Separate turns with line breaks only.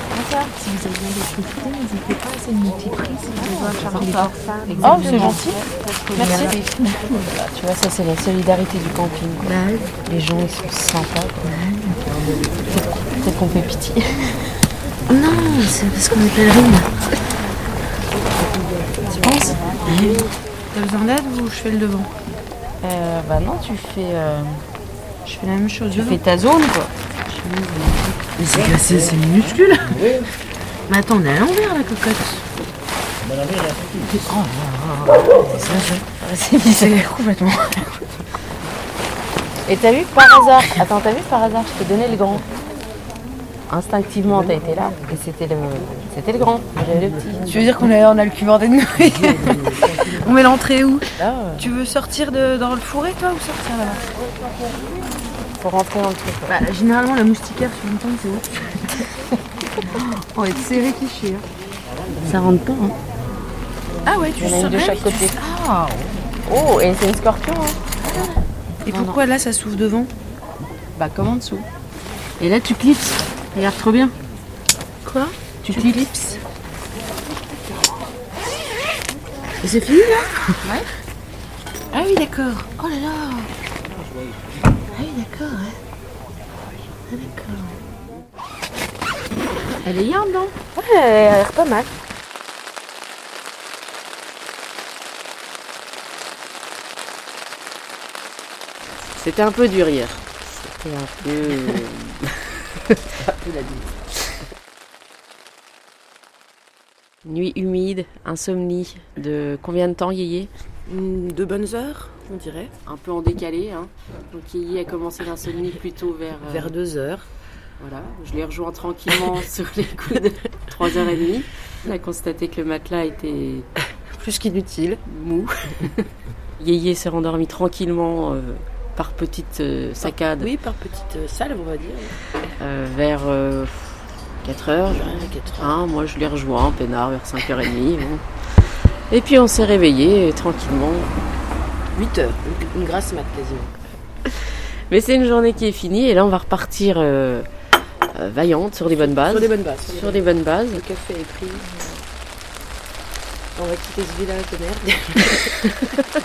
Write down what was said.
Si vous avez des questions, n'hésitez pas à cette multiprise.
Oh, c'est gentil. Merci. Voilà, tu vois, ça, c'est la solidarité du camping. quoi.
Bah
Les gens, ils sont sympas. quoi. Peut-être qu'on- Peut-être qu'on fait pitié.
Non, c'est parce qu'on est pèlerine.
Tu penses
T'as besoin d'aide ou je fais le devant
euh, Bah non, tu fais, euh,
Je fais la même chose.
tu fais ta zone, quoi.
Mais c'est cassé, c'est minuscule. Mais Bah attends, on est à l'envers la cocotte.
C'est bizarre. complètement. Et t'as vu par hasard Attends, t'as vu par hasard Je t'ai donné le grand. Instinctivement, t'as été là et c'était le, c'était le grand. J'avais le petit.
Tu veux dire qu'on est, on a le cul bordé de nous On met l'entrée où
Là, euh,
Tu veux sortir de, dans le fourré toi ou sortir là-bas
faut rentrer dans le truc. quoi.
Bah, généralement, la moustiquaire sur une tente, c'est ouf. on va être serré qui chie. Ça rentre pas. Hein.
Ah ouais, tu
Il y en a une
sors
de
ah oui,
chaque
tu
côté.
sors- Ah.
Oh, et c'est une scorpion. hein.
Et pourquoi là ça s'ouvre devant Bah comme en dessous.
Et là, tu clipses. Regarde trop bien.
Quoi
Tu, clipses. Et c'est fini là
Ah oui d'accord. Oh là là Ah oui d'accord. Ah,
Elle est yard, non
Ouais, elle a l'air pas mal.
C'était un peu dur hier.
C'est un peu.
Nuit humide, insomnie. De combien de temps, Yéyé
Hmm, De bonnes heures, on dirait.
Un peu en décalé. Hein. Donc Yéyé a commencé l'insomnie plutôt vers... euh,
Vers deux heures.
Voilà, je les rejoins tranquillement sur les coups de 3h30. On a constaté que le matelas était
Plus qu'inutile.
mou. Yéyé s'est rendormi tranquillement euh, par petites euh, saccades
Oui, par petite euh, salle, on va dire.
euh, vers 4h.
Ouais, quatre heures.
Hein, moi, je les rejoins, peinard, vers 5h30. bon. Et puis on s'est réveillé euh, tranquillement.
Huit heures. Une- Une grasse mat quasiment.
Mais c'est une journée qui est finie et là, on va repartir euh, euh, vaillante sur des bonnes bases.
Sur des bonnes bases.
Ah, Sur des bonnes bases.
Le café est pris. On va quitter ce village de merde.